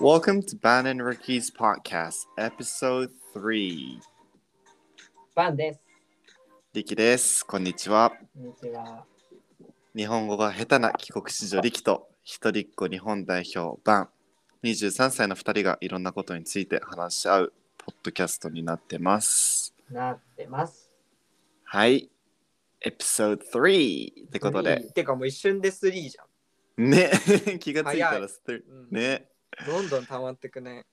Welcome to Ban and Ricky's podcast, episode 3. バンです。リキです。こんにちは。こんにちは。日本語が下手な帰国子女リキと一人っ子日本代表バン。23歳の2人がいろんなことについて話し合うポッドキャストになってます。なってます。はい。episode 3ってことで。 3。てかもう一瞬で3じゃね。 気がついたらステん。うん、ね。どんどん溜まってくね。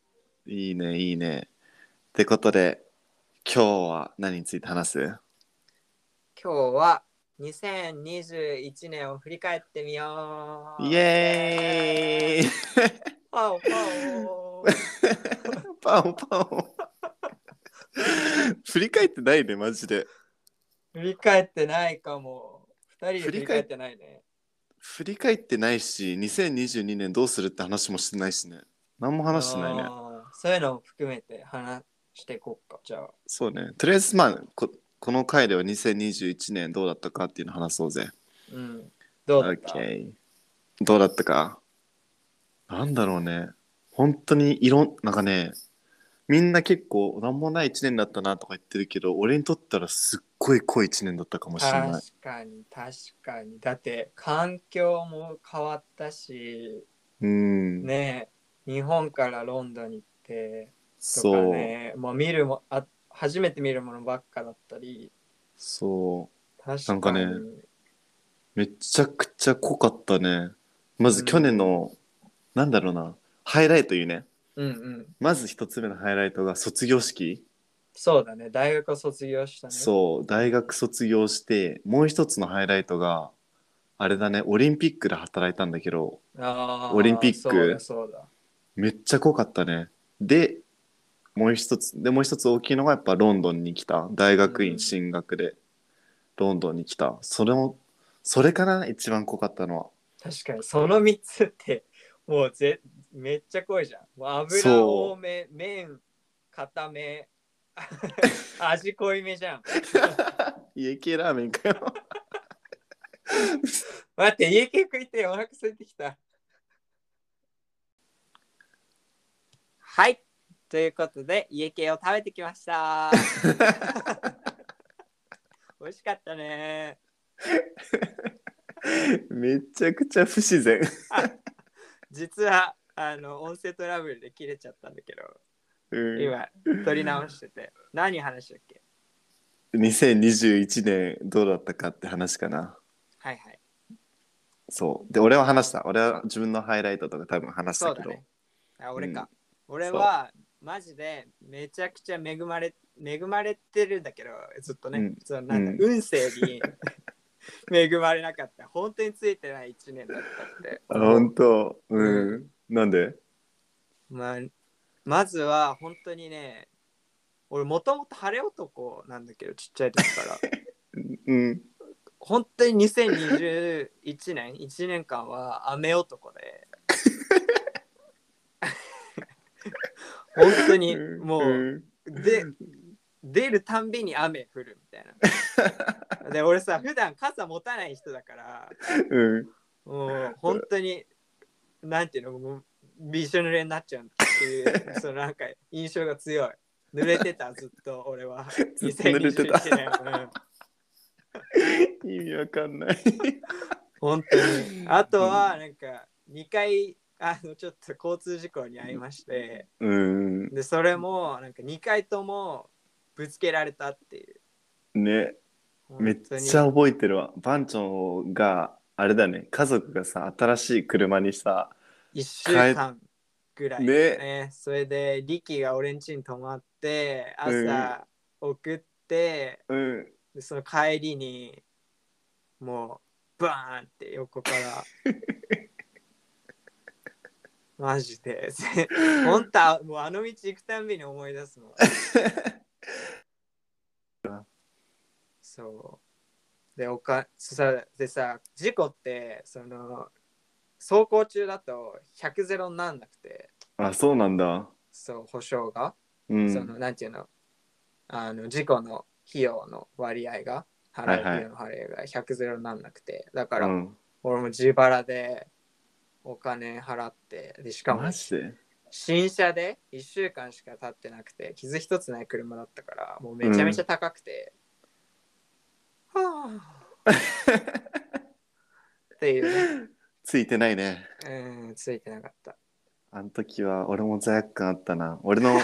いいね、いいね。ってことで、今日は何について話す今日は2021年を振り返ってみよう。イエーイパオパオパオパオ振り返ってないねマジで振り返ってないかも。二人で振り返ってないね。振り返ってないし2022年どうするって話もしてないしね何も話してないねあー。そういうのも含めて話していこっか。じゃあ。そうねとりあえずまあここの回では2021年どうだったかっていうの話そうぜうん。どうだった、 OK どうだったかなんだろうね本当にいろんなんかねみんな結構何もない1年だったなとか言ってるけど俺にとったらすっごい濃い1年だったかもしれない確かに確かに。だって環境も変わったし。うん、ねえ日本からロンドンに行ってとかそう、ねもう見るもあ初めて見るものばっかだったりそ確かなにんかねうめちゃくちゃ濃かったねまず去年の、なんだろうなハイライト言うねうんうんまず一つ目のハイライトが卒業式、そうだね大学を卒業したねそう大学卒業してもう一つのハイライトがあれだねオリンピックで働いたんだけどあーオリンピックそうだそうだめっちゃ濃かったねでもう一つでもう一つ大きいのがやっぱロンドンに来た大学うん院進学でロンドンに来た、それもそれかな一番濃かったのは確かにその3つってもうぜめっちゃ濃いじゃんもう油そう多め麺 固め味濃いめじゃん家系ラーメンかよ待って家系食いてえお腹空いてきたはいということで家系を食べてきました美味しかったね めちゃくちゃ不自然実はあの音声トラブルで切れちゃったんだけどうん今撮り直してて何話したっけ2021年どうだったかって話かなはいはいそうで俺は話した俺は自分のハイライトとか多分話しそたうけだど、ねあ俺か、俺はマジでめちゃくちゃ恵まれ恵まれてるんだけどずっとね、うんそのなんかうん運勢 に恵まれなかった本当についてない1年だったってあ本当う、うんなんでまあ、まずは本当にね俺もともと晴れ男なんだけどちっちゃい時から うん本当に2021年1年間は雨男 で本当にもう、うん で出るたんびに雨降るみたいな。で俺さ普段傘持たない人だからうんもう本当になんていうのもうびしょ濡れになっちゃうっていうそのなんか印象が強い。濡れてたずっと俺は。 ずっと濡れてた2021年うん意味わかん ない本当に。あとはなんか2回あのちょっと交通事故に遭いましてうんでそれもなんか2回ともぶつけられたっていう。ねめっ本当にちゃ覚えてるわ番長があれだね家族がさ新しい車にさ1週間ぐらいねねそれでリキが俺ん家に泊まって朝送って、うんでその帰りにもうバーンって横から マジで せ本当はもうあの道行くたんびに思い出すもんそうでおかさでさ事故ってその走行中だと100ゼロになんなくてあそうなんだそう保証が、うそのんなんていうのあの事故の費用の割合が払う費用の払いが100ゼロになんなくて、だからうん俺も自腹でお金払ってでしかもマジで新車で1週間しか経ってなくて、傷一つない車だったから、もうめちゃめちゃ高くて、はぁっていうね、ついてないね。うん、ついてなかった。あの時は俺も罪悪感あったな。俺 の、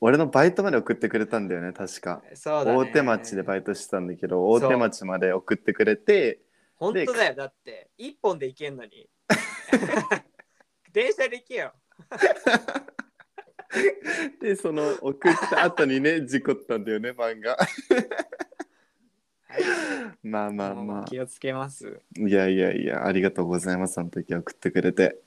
俺のバイトまで送ってくれたんだよね、確か。そうだね。大手町でバイトしてたんだけど、そう大手町まで送ってくれて、本当だよ、だって、1本で行けんのに。 電車で行けよ。で、その送った後に ね、事故ったんだよね、漫画。はいまあまあもまうあ。気をつけます。いやいやいや、ありがとうございます、あの時は送ってくれて。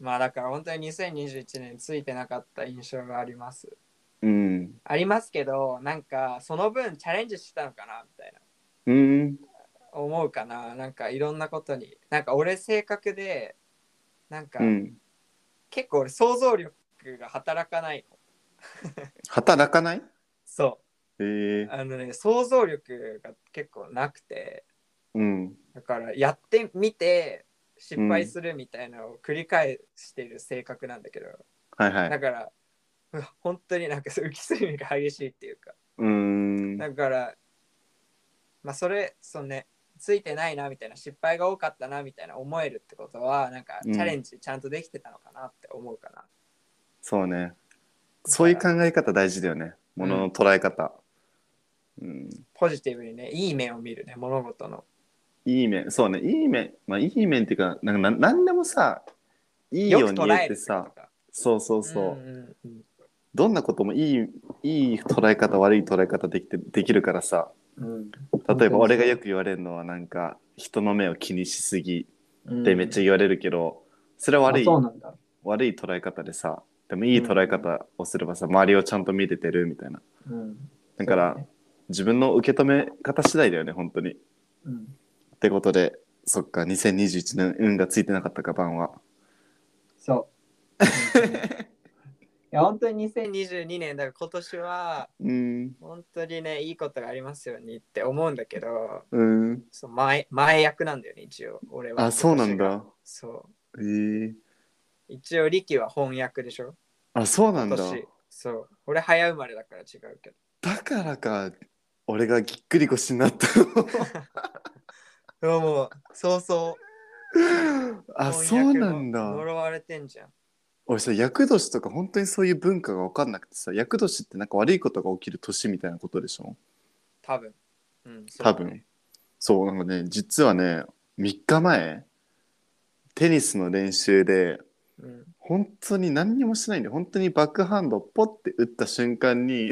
まあだから本当に2021年ついてなかった印象があります。うん。ありますけど、なんかその分チャレンジしてたのかなみたいな。うん。思うかななんかいろんなことに。なんか俺性格で、なんかうん。結構俺想像力が働かないの。働かないそええう。あのね、想像力が結構なくて、うん。だからやってみて失敗するみたいなのを繰り返してる性格なんだけど、はいはだい。から、うわ本当になんかそう浮き沈みが激しいっていうか、うーん。だから、まあそれ、そのね、ついてないなみたいな、失敗が多かったなみたいな思えるってことは、なんかうチんャレンジちゃんとできてたのかなって思うかな。そうね。そういう考え方大事だよね。ものの捉え方。うん。ポジティブにね、いい面を見るね、物事の。いい面。そうね。いい面。まあ、いい面っていうか、なんかなんなんでもさ、いいようによ言く捉ええるてってことさ、か。そうそうそう。んうんうんどんなこともいい、いい捉え方、悪い捉え方できてできるからさ。うん例えば俺がよく言われるのはなんか人の目を気にしすぎうんってめっちゃ言われるけど、それは悪いあそうなんだ。悪い捉え方でさでもいい捉え方をすればさ、周りをちゃんと見れてるみたいなうん。だから、自分の受け止め方次第だよね本当にっうんてことでそっか2021年運がついてなかったか晩は そう。いや本当に2022年だから今年はうん本当にねいいことがありますようにって思うんだけどうんそう前前役なんだよね一応俺はあそうなん今年だがそえー、う一応力は翻訳でしょあそうなん今だ年そう俺早生まれだから違うけだからか俺がぎっくり腰になった どでももうそうそうあそ翻う訳なのんだ呪われてんじゃん俺さ厄年とか本当にそういう文化が分かんなくてさ厄年ってなんか悪いことが起きる年みたいなことでしょ多分うんそう多だ分そう,、ねなんかね実はね3日前テニスの練習でうん 本当に何にもしないんで本当にバックハンドをポッて打った瞬間に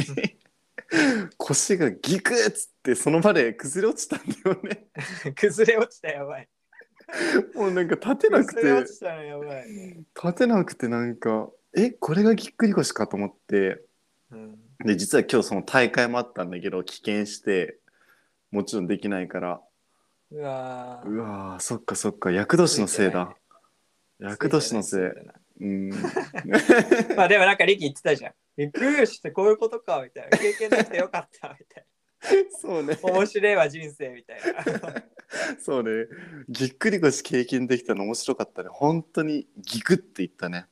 腰がギクッつってその場で崩れ落ちたんだよね崩れ落ちたやばいもうなんか立てなく崩れて落ちたのやばいね立てなくてなんかえこれがぎっくり腰かと思ってうんで実は今日その大会もあったんだけど棄権してもちろんできないからうわーうわーそっかそっか厄年の せいだ厄年のせいそうだよねうんまあでもなんかリキ言ってたじゃん。びっくりしてこういうことかみたいな。経験できてよかったみたいそうねな。面白いわ人生みたいな。そうねぎっくり腰経験できたの面白かったね本当にギクっていったね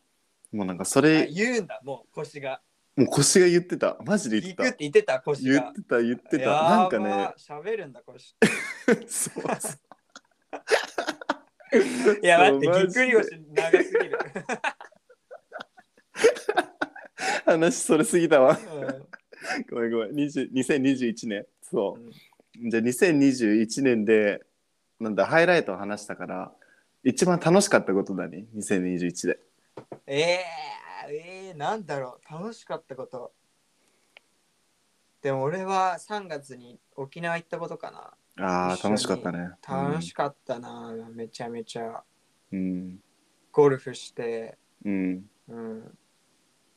もうなんかそあれ言うんだ、もう腰が。もう腰が言ってたマジで言行っくっててた言ってた、腰言がっ。てた言ってたやなんばかね喋るんだ、腰。 そういや、そ待うって、ぎマジでっくり腰長すぎる。話それすぎたわうんごめんごめん20 2021年そううんじゃあ2021年でなんだハイライトを話したから一番楽しかったことだね2021でえー、えー、なんだろう。楽しかったこと。でも俺は3月に沖縄行ったことかな。あ一あ緒に楽しかったね楽しかったな、めちゃめちゃ。うんゴルフして。うん、うんうん。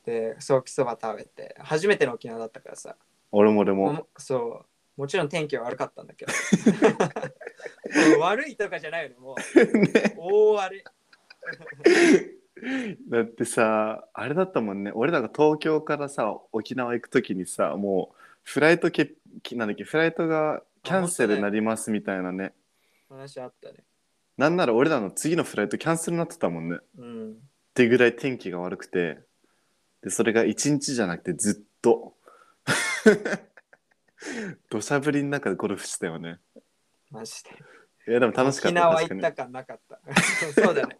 で、ソーキそば食べて、初めての沖縄だったからさ、俺も俺おももそう、もちろん天気は悪かったん だけど、もう悪いとかじゃないよね、もう、 大荒れ。 だってさあれだったもんね俺らが東京からさ沖縄行く時にさもうフライトけなんだっけフライトがキャンセルになりますみたいなね話あったね。なんなら俺らの次のフライトキャンセルになってたもんねうん。ってぐらい天気が悪くてでそれが一日じゃなくてずっと 土砂降りの中でゴルフしてたよねマジで。いやでも楽しかった沖縄行確っかたにかなかった。そうだね。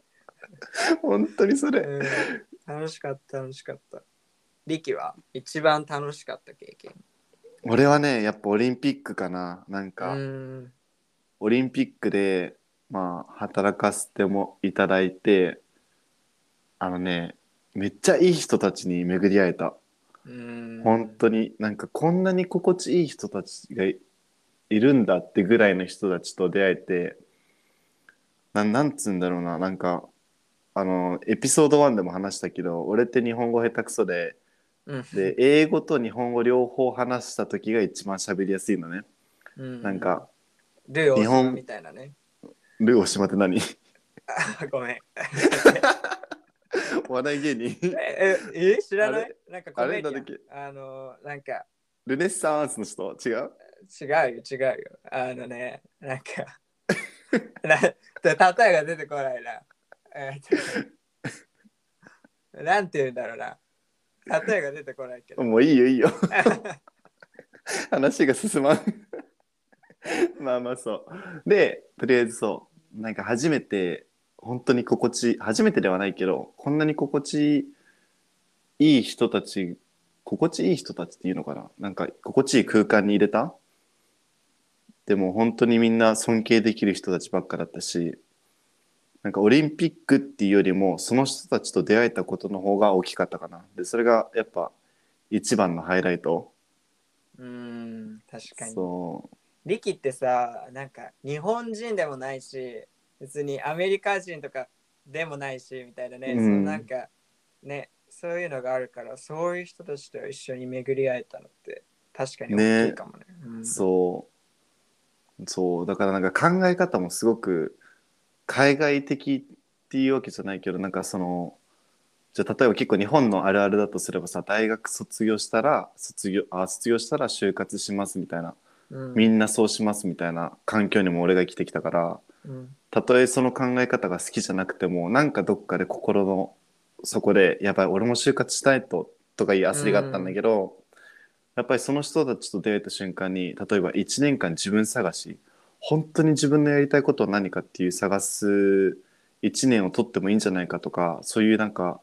本当にそれ、うん楽しかった、楽しかった。リキは一番楽しかった経験。俺はねやっぱオリンピックかななんうか、ん。オリンピックでまあ働かせてもいただいてあのねめっちゃいい人たちに巡り会えたうん。本当になんかこんなに心地いい人たちがいいるんだってぐらいの人たちと出会えてなんなんつうんだろうななんかあのエピソード1でも話したけど俺って日本語下手くそでうんで英語と日本語両方話した時が一番喋りやすいのねなん。かうルーオ日本ーみたいなね。 「ルーおしまって何? あごめん。」お笑い芸人え、ええ 知らなあいなんかコメデあれなィんだっアン。あの、なんかルネッサンスの人違う違うよ、違うよ。あ のね、なんか。 な例えが出てこないな。えーと なんて言うんだろうな。例えが出てこないけど。もういいよいい よ話が進まんまあまあそうでとりあえずそうなんか初めて本当に心地初めてではないけどこんなに心地いい人たち心地いい人たちっていうのかななんか心地いい空間に入れたでも本当にみんな尊敬できる人たちばっかだったしなんかオリンピックっていうよりもその人たちと出会えたことの方が大きかったかなでそれがやっぱ一番のハイライトうん、確かに。そリキってさ、なんか日本人でもないし、別にアメリカ人とかでもないし、みたいなね、うんそのなんか、ね、そういうのがあるから、そういう人たちと一緒に巡り会えたのって、確かに大きいかもね。うんうそうそうだからなんか考え方もすごく海外的っていうわけじゃないけどなんかそのじゃあ例えば結構日本のあるあるだとすればさ大学卒業したら卒業あ卒業したら就活しますみたいなうんみんなそうしますみたいな環境にも俺が生きてきたからうんたとえその考え方が好きじゃなくてもなんかどっかで心の底でやばい俺も就活したいととかいう焦りがあったんだけど、やっぱりその人たちと出会えた瞬間に例えば1年間自分探し本当に自分のやりたいことは何かっていう探す1年を取ってもいいんじゃないかとかそういうなんか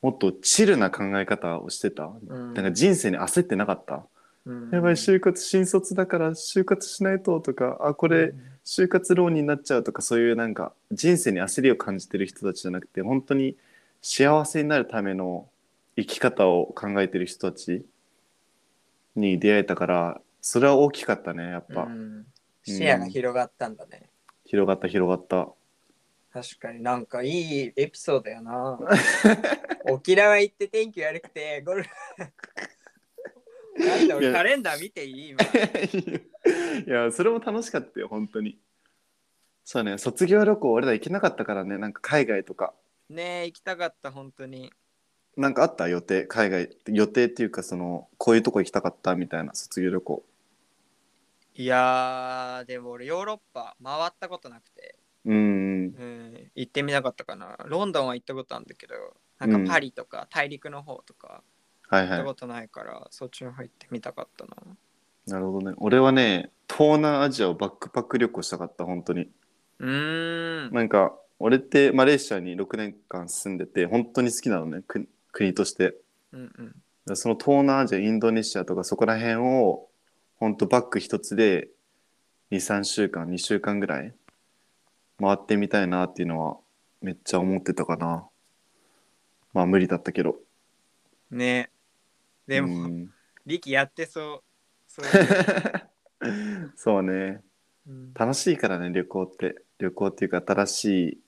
もっとチルな考え方をしてた、うんなんか人生に焦ってなかった、うんやばい就活新卒だから就活しないととかあこれ、就活浪人になっちゃうとかそういうなんか人生に焦りを感じてる人たちじゃなくて本当に幸せになるための生き方を考えてる人たちに出会えたからそれは大きかったねやっうんぱ、うん視野が広がったんだね。広がった広がった 確かになんかいいエピソード やな。沖縄行って天気悪くてゴルフ。 なんだい俺やカレンダー見ていい今。いやそれも楽しかったよ本当にそうね卒業旅行俺ら行けなかったからねなんか海外とかねえ行きたかった本当に。なんかあった予定海外予定っていうかそのこういうとこ行きたかったみたいな卒業旅行いやーでも俺ヨーロッパ回ったことなくて、うんうん、行ってみなかったかな。ロンドンは行ったことあるんだけど、なんかパリとか大陸の方とかはい行っはいたことないから、そっちの方行ってみたかったな。なるほどね。俺はね、東南アジアをバックパック旅行したかった、本当に。うーん。なんか、俺ってマレーシアに6年間住んでて、本当に好きなのね、く国として。うんうんその東南アジア、インドネシアとかそこら辺を、本当バック一つで、2、3週間、2週間ぐらい、回ってみたいなっていうのは、めっちゃ思ってたかな。まあ、無理だったけど。ねでも、うん。 リキやってそう。そういうのそうね。うん楽しいからね旅行って旅行っていうか新しい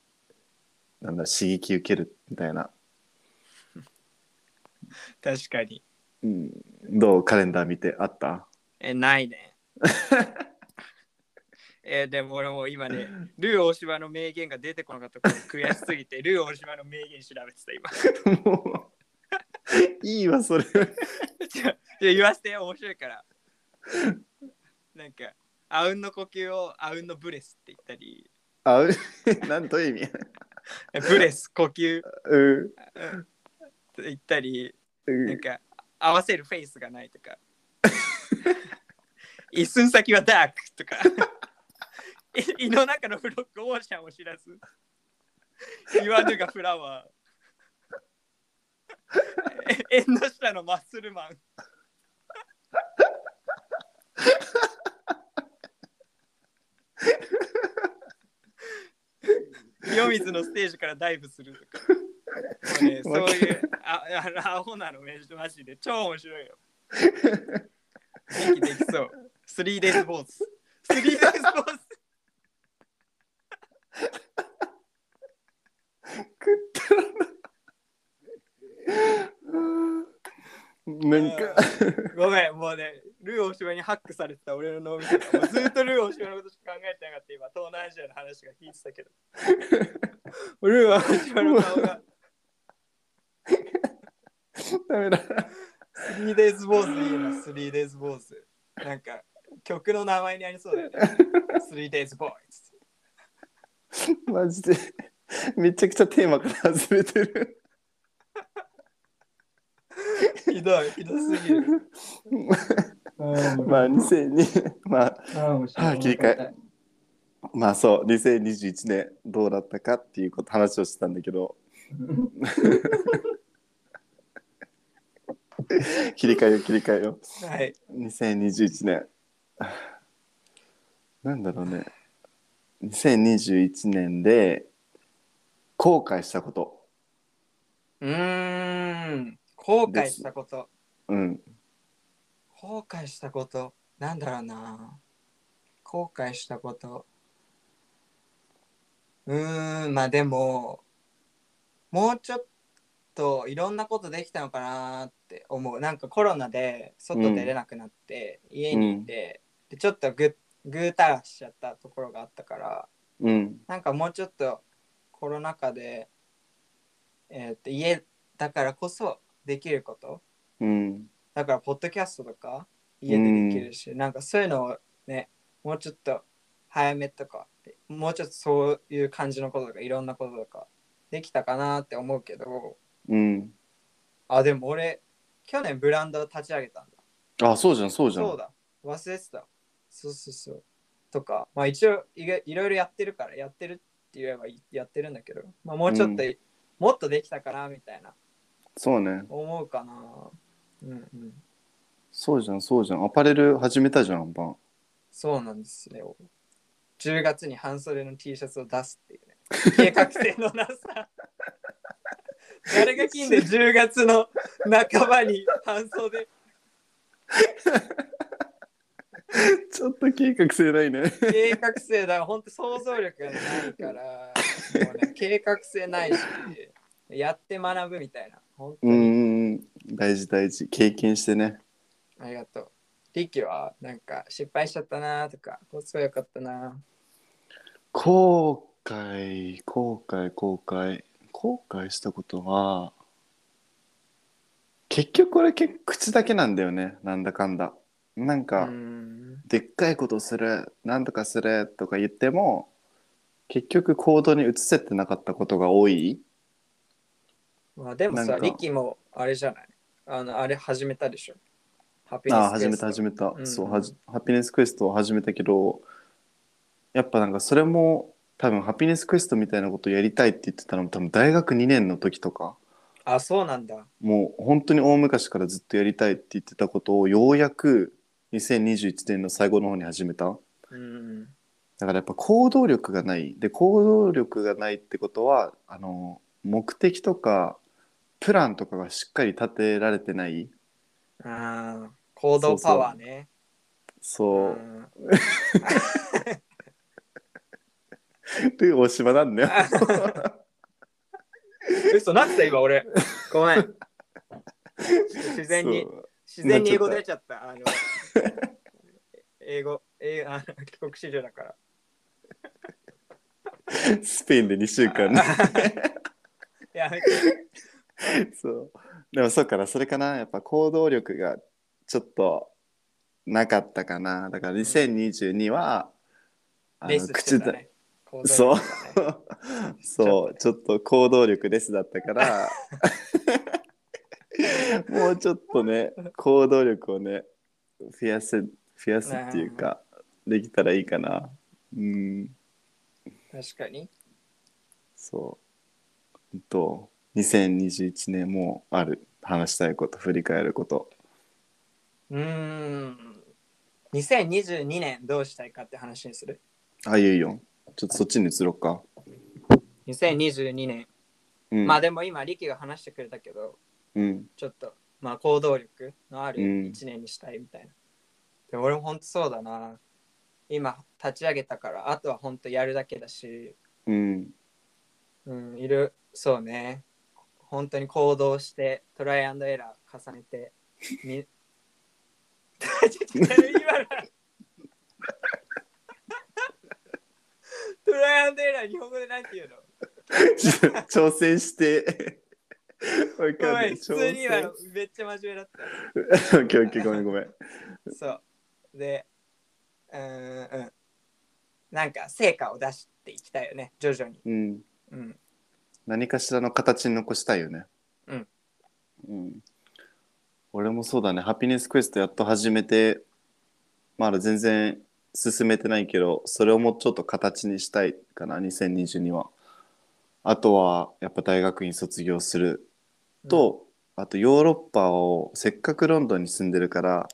なんだ刺激受けるみたいな、確かに。うん、どうカレンダー見てあった え、ないね。えでも俺もう今ね、ルー大島の名言が出てこなかったから悔しすぎて、ルー大島の名言調べてた今。もういいわそれ じゃあ言わせてよ、面白いから。なんか、 あうんの呼吸をあうんのブレスって言ったり、あうなんという意味ブレス、呼吸うんって言ったり、うなんんか、合わせるフェイスがないとか。一寸先はダークとか。 い胃の中のブロックオーシャンを知らず。言わぬがフラワー。え縁の下のマッスルマン。清水のステージからダイブするとか。もうね、そうわかるいうああアホなのめマジで超面白いよ。元気できそう。3 days 坊主。3 days 坊主。なんかごめん、もうね、ルー大島にハックされてた俺の脳みそがもうずっとルー大島のことしか考えてなかった今、東南アジアの話が聞いてたけど。ルー大島の顔が ダメだ 3days 坊主いいな、3days 坊主。なんか曲の名前にありそうだよね。3days ボーイズ。マジでめちゃくちゃテーマから外れてるひどい、ひどすぎる。まあ2002まあああ切り替ええ。まあそう2021年どうだったかっていうこと話をしてたんだけど切り替えよう切り替えよはい。う2021年なんだろうね2021年で後悔したことうーん。後悔したこと。うん後悔したこと。なんだろうな。後悔したこと。うーん。まあでも、もうちょっといろんなことできたのかなって思う。なんかコロナで外出れなくなって、家にいて、でちょっとぐぐーたらしちゃったところがあったから、うんなんかもうちょっとコロナ禍で、えー、と家だからこそできることうんだからポッドキャストとか家でできるし、なんかそういうのをねもうちょっと早めとかもうちょっとそういう感じのこととかいろんなこととかできたかなって思うけどうんあでも俺去年ブランドを立ち上げたんだあそうじゃんそうじゃんそうだ忘れてたそうそうそうとかまあ一応いがいろいろやってるからやってるって言えばいやってるんだけど、まあ、もうちょっと、うもっとできたかなみたいなそうね思うかなうんうんそうじゃんそうじゃんアパレル始めたじゃんバンそうなんですよ10月に半袖の T シャツを出すっていうね計画性のなさ誰が金で10月の半ばに半袖ちょっと計画性ないね計画性だ本当想像力がないからもう、ね、計画性ないしやって学ぶみたいな本当うんにうんうん大事大事経験してねありがとうリキはなんか失敗しちゃったなとかこっちが良かったな後悔後悔後悔後悔したことは結局俺結口だけなんだよねなんだかんだなんうか、んでっかいことするなんとかするとか言っても結局行動に移せてなかったことが多いまあでもなさんかリキもあれじゃないあのあれ始めたでしょハピネスああ始めたゲス始めた、うんうんそうはじハピネスクエストを始めたけどやっぱなんかそれも多分ハピネスクエストみたいなことやりたいって言ってたのも多分大学2年の時とかトあそうなんだもう本当に大昔からずっとやりたいって言ってたことをようやく2021年の最後の方に始めたうんだからやっぱ行動力がないで行動力がないってことはあの目的とかプランとかがしっかり立てられてないあー行動パワーねそう、うんという大島なんだよ嘘なってた今俺ごめん 自然にそう自然に英語出ちゃった。あの英語、英語あの帰国子女だから。スペインで2週 間ねやめて。そうでもそうからそれかなやっぱ行動力がちょっとなかったかなだから2022は、あレのースし口てただね。行動力そうだ ねそうちょっと行動力ですだったから もうちょっとね行動力をね増やせ増やすっていうかできたらいいかなうん確かに。そうと2021年もある話したいこと振り返ることうーん。2022年どうしたいかって話にする。あいいよいいよちょっとそっちに移ろっか、 2022年。うん、まあでも今、リキが話してくれたけど、うんちょっと、まあ行動力のあるうん1年にしたいみたいな。で俺も本当そうだな。今、立ち上げたから、あとは本当やるだけだし、うん うん、いる、そうね。本当に行動して、トライアンドエラー重ねて、み ちょっと今のトライアンドエラー日本語でなんて言うのちょっと挑戦してわかんごなめんい普通に挑戦今めっちゃ真面目だっ オッケーオッケーごめんごめん。た。そう。で、うーん、うん。なんか成果を出していきたいよね、徐々に。うん。うん。何かしらの形に残したいよね。うん。うん。俺もそうだね。ハピネスクエストやっと始めて、まだ全然進めてないけど、それをもうちょっと形にしたいかな、2022は。あとは、やっぱ大学院卒業すると、あとヨーロッパを、せっかくロンドンに住んでるから、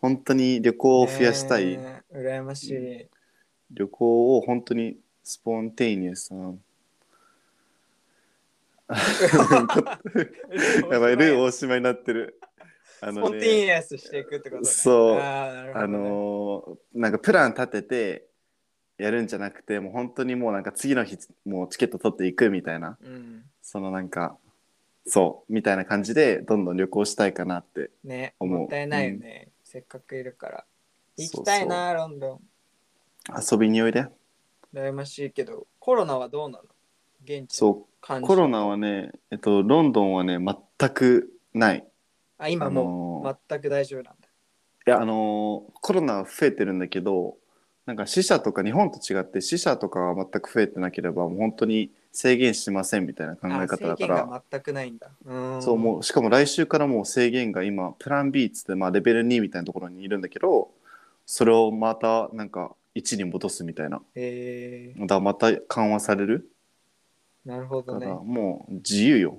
本当に旅行を増やしたい。ねえ羨ましい。旅行を本当にスポンテイニアスな や ばいルー大島になってるあスのポンティねニアスしていくってことね。そうあーなるほあどねのーなんかプラン立ててやるんじゃなくてもう本当にもうなんか次の日もうチケット取っていくみたいなうん。そのなんかそうみたいな感じでどんどん旅行したいかなってね、思うもったいないよね。せっかくいるから。そうそ行うきたいな、ロンドン。遊びにおいで羨ましいけど、コロナはどうなの現地のそ感うじコロナはねえっとロンドンはね全くないあ、今もあのう全く大丈夫なんだ。いやあのーコロナは増えてるんだけどなんか死者とか日本と違って死者とかは全く増えてなければもう本当に制限しませんみたいな考え方だあか制限らが全くないんだ。うん。そうもうしかも来週からもう制限が今プラン B っつって、まあ、レベル2みたいなところにいるんだけどそれをまたなんか1に戻すみたいなえだからまた緩和されるー、なるほかどねら。もう自由よ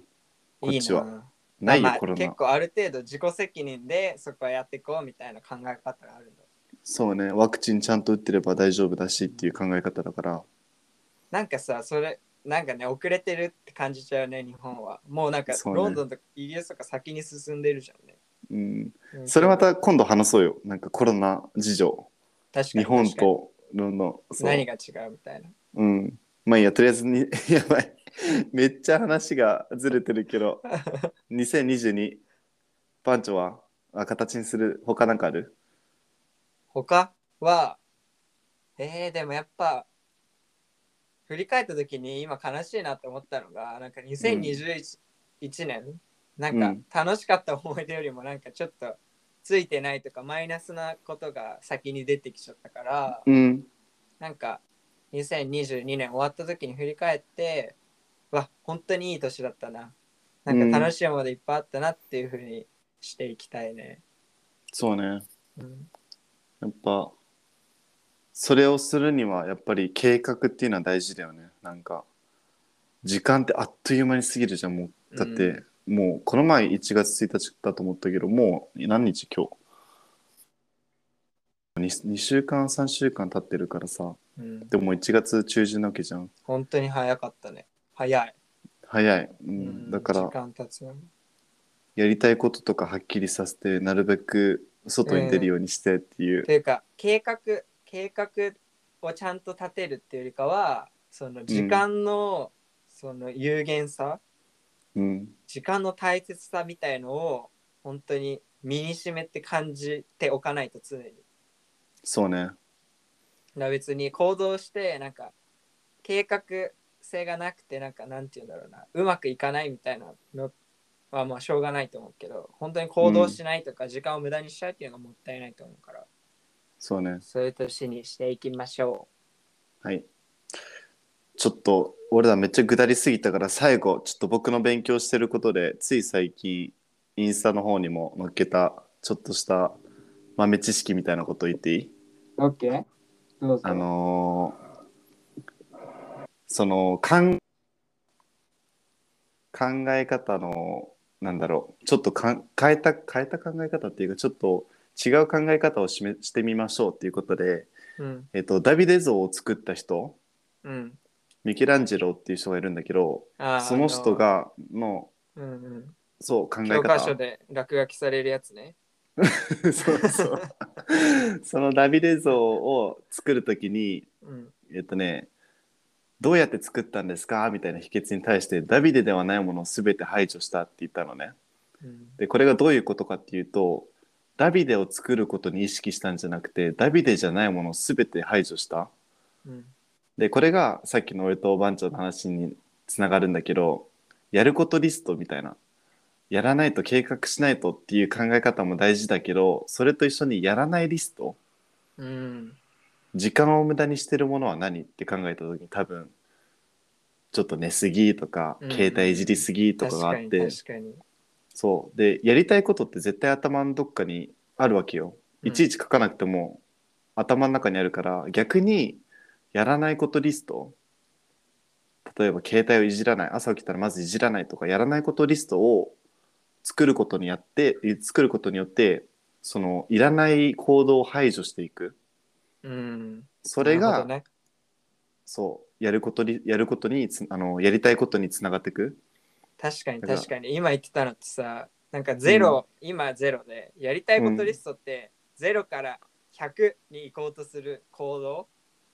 こっちはいいなないよ、まあまあコロナ結構ある程度自己責任でそこはやっていこうみたいな考え方があるんだ。そうねワクチンちゃんと打ってれば大丈夫だしっていう考え方だからなんかさ、それ、なんかね、遅れてるって感じちゃうね、日本は。もうなんか、そうねロンドンとかイギリスとか先に進んでるじゃんね。うんうんそれまた今度話そうよ。なんかコロナ事情。確か日に本とロンドン。確そうかに何が違うみたいな。うん。まあいいや、とりあえずに、 やばい。めっちゃ話がずれてるけ ど、2022、番長はあ形にする、他なんかある他は、えー、でもやっぱ、振り返った時に今悲しいなって思ったのが、なんか2021年、なんか楽しかった思い出よりもなんかちょっとついてないとかマイナスなことが先に出てきちゃったから、うん。なんか2022年終わった時に振り返ってうわ本当にいい年だったななんか楽しいものでいっぱいあったなっていうふうにしていきたいね、そうね。うんやっぱ、それをするには、やっぱり計画っていうのは大事だよね。なんか、時間ってあっという間に過ぎるじゃん、もう。だって、もう、この前1月1日だと思ったけど、もう、何日今日 2, 週間、3週間経ってるからさ、うん、でももう1月中旬なわけじゃん。本当に早かったね早い、早い。う、うんだから時、間経つのやりたいこととかはっきりさせて、なるべく外に出るようにしてっていう。というか計画計画をちゃんと立てるっていうよりかはその時間の、その有限さうん、時間の大切さみたいのを本当に身にしめって感じておかないと常にそうね。だから別に行動してなんか計画性がなくてなんかなんて言うんだろうなうまくいかないみたいなのはまあしょうがないと思うけど本当に行動しないとか時間を無駄にしちゃうっていうのがもったいないと思うから、そうね。そういう年にしていきましょはい。ちょっと俺らめっちゃ下りすぎたから最後ちょっと僕の勉強してることでつい最近インスタの方にも載っけたちょっとした豆知識みたいなこと言っていいオッケーどうぞ。あのーそのかん考え方のなんだろうちょっとかん変えた変えた考え方っていうかちょっと違う考え方をしめしてみましょうっていうことで、うん。えっと、ダビデ像を作った人うん。ミケランジェロっていう人がいるんだけどあーその人。がのあのうんそう考うん。え教科方書で落書きされるやつね。 そうそうそのダビデ像を作る時にうん。えっとね、どうやって作ったんですかみたいな秘訣に対して、ダビデではないものを全て排除したって言ったのね。うん。で、これがどういうことかっていうと、ダビデを作ることに意識したんじゃなくて、ダビデじゃないものを全て排除した。うん。で、これがさっきの俺とおばんちゃんの話につながるんだけど、やることリストみたいな。やらないと計画しないとっていう考え方も大事だけど、それと一緒にやらないリスト、うん。時間を無駄にしてるものは何って考えた時に多分ちょっと寝すぎとか、うん携帯いじりすぎとか確があかっにて確かに。そうでやりたいことって絶対頭のどっかにあるわけよ、いちいち書かなくても頭の中にあるから逆にやらないことリスト例えば携帯をいじらない朝起きたらまずいじらないとかやらないことリストを作ることにやってえ作ることによってそのいらない行動を排除していくうん。それが、なるほどねそうやることにやることにつあのやりたいことにつながっていく確かにだから確かに今言ってたのってさなんかゼロ、今ゼロでやりたいことリストってゼロから100に行こうとする行動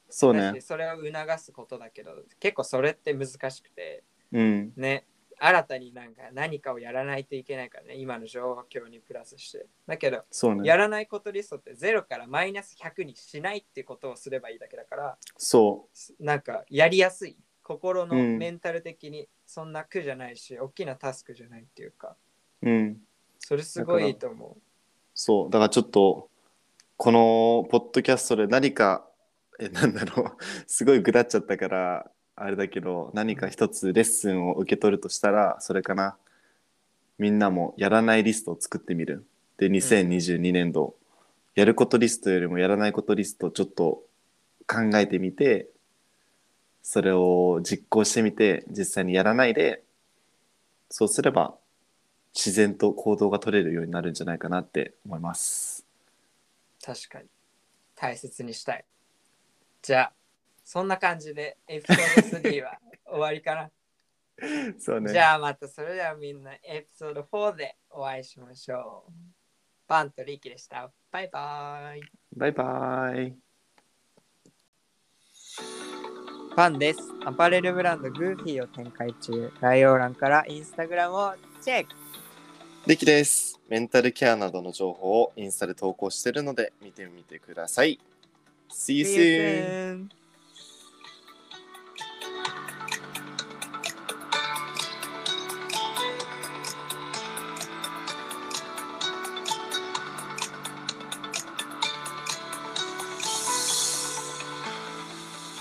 そうだしねそれを促すことだけど結構それって難しくてうんね新たになんか何かをやらないといけないからね今の状況にプラスしてだけどそうねやらないことリストってゼロからマイナス100にしないってことをすればいいだけだからそなんかやりやすい心のうんメンタル的にそんな苦じゃないし、大きなタスクじゃないっていうかううんそれすごいいいと思そうだからちょっとこのポッドキャストで何かえなんだろうすごいぐだっちゃったからあれだけど何か一つレッスンを受け取るとしたらそれかなみんなもやらないリストを作ってみるで2022年度、やることリストよりもやらないことリストをちょっと考えてみてそれを実行してみて実際にやらないでそうすれば自然と行動が取れるようになるんじゃないかなって思います。う確かに大切にしたいじゃあそんな感じでエピソード3は終わりか な、そうじゃあまたそれではみんなエピソード4でお会いしましょうパンとリキでしたバイバイバイバイ。パンですアパレルブランドグーフィーを展開中概要欄からインスタグラムをチェックリキです。メンタルケアなどの情報をインスタで投稿しているので見てみてください。See you soon! See you soon.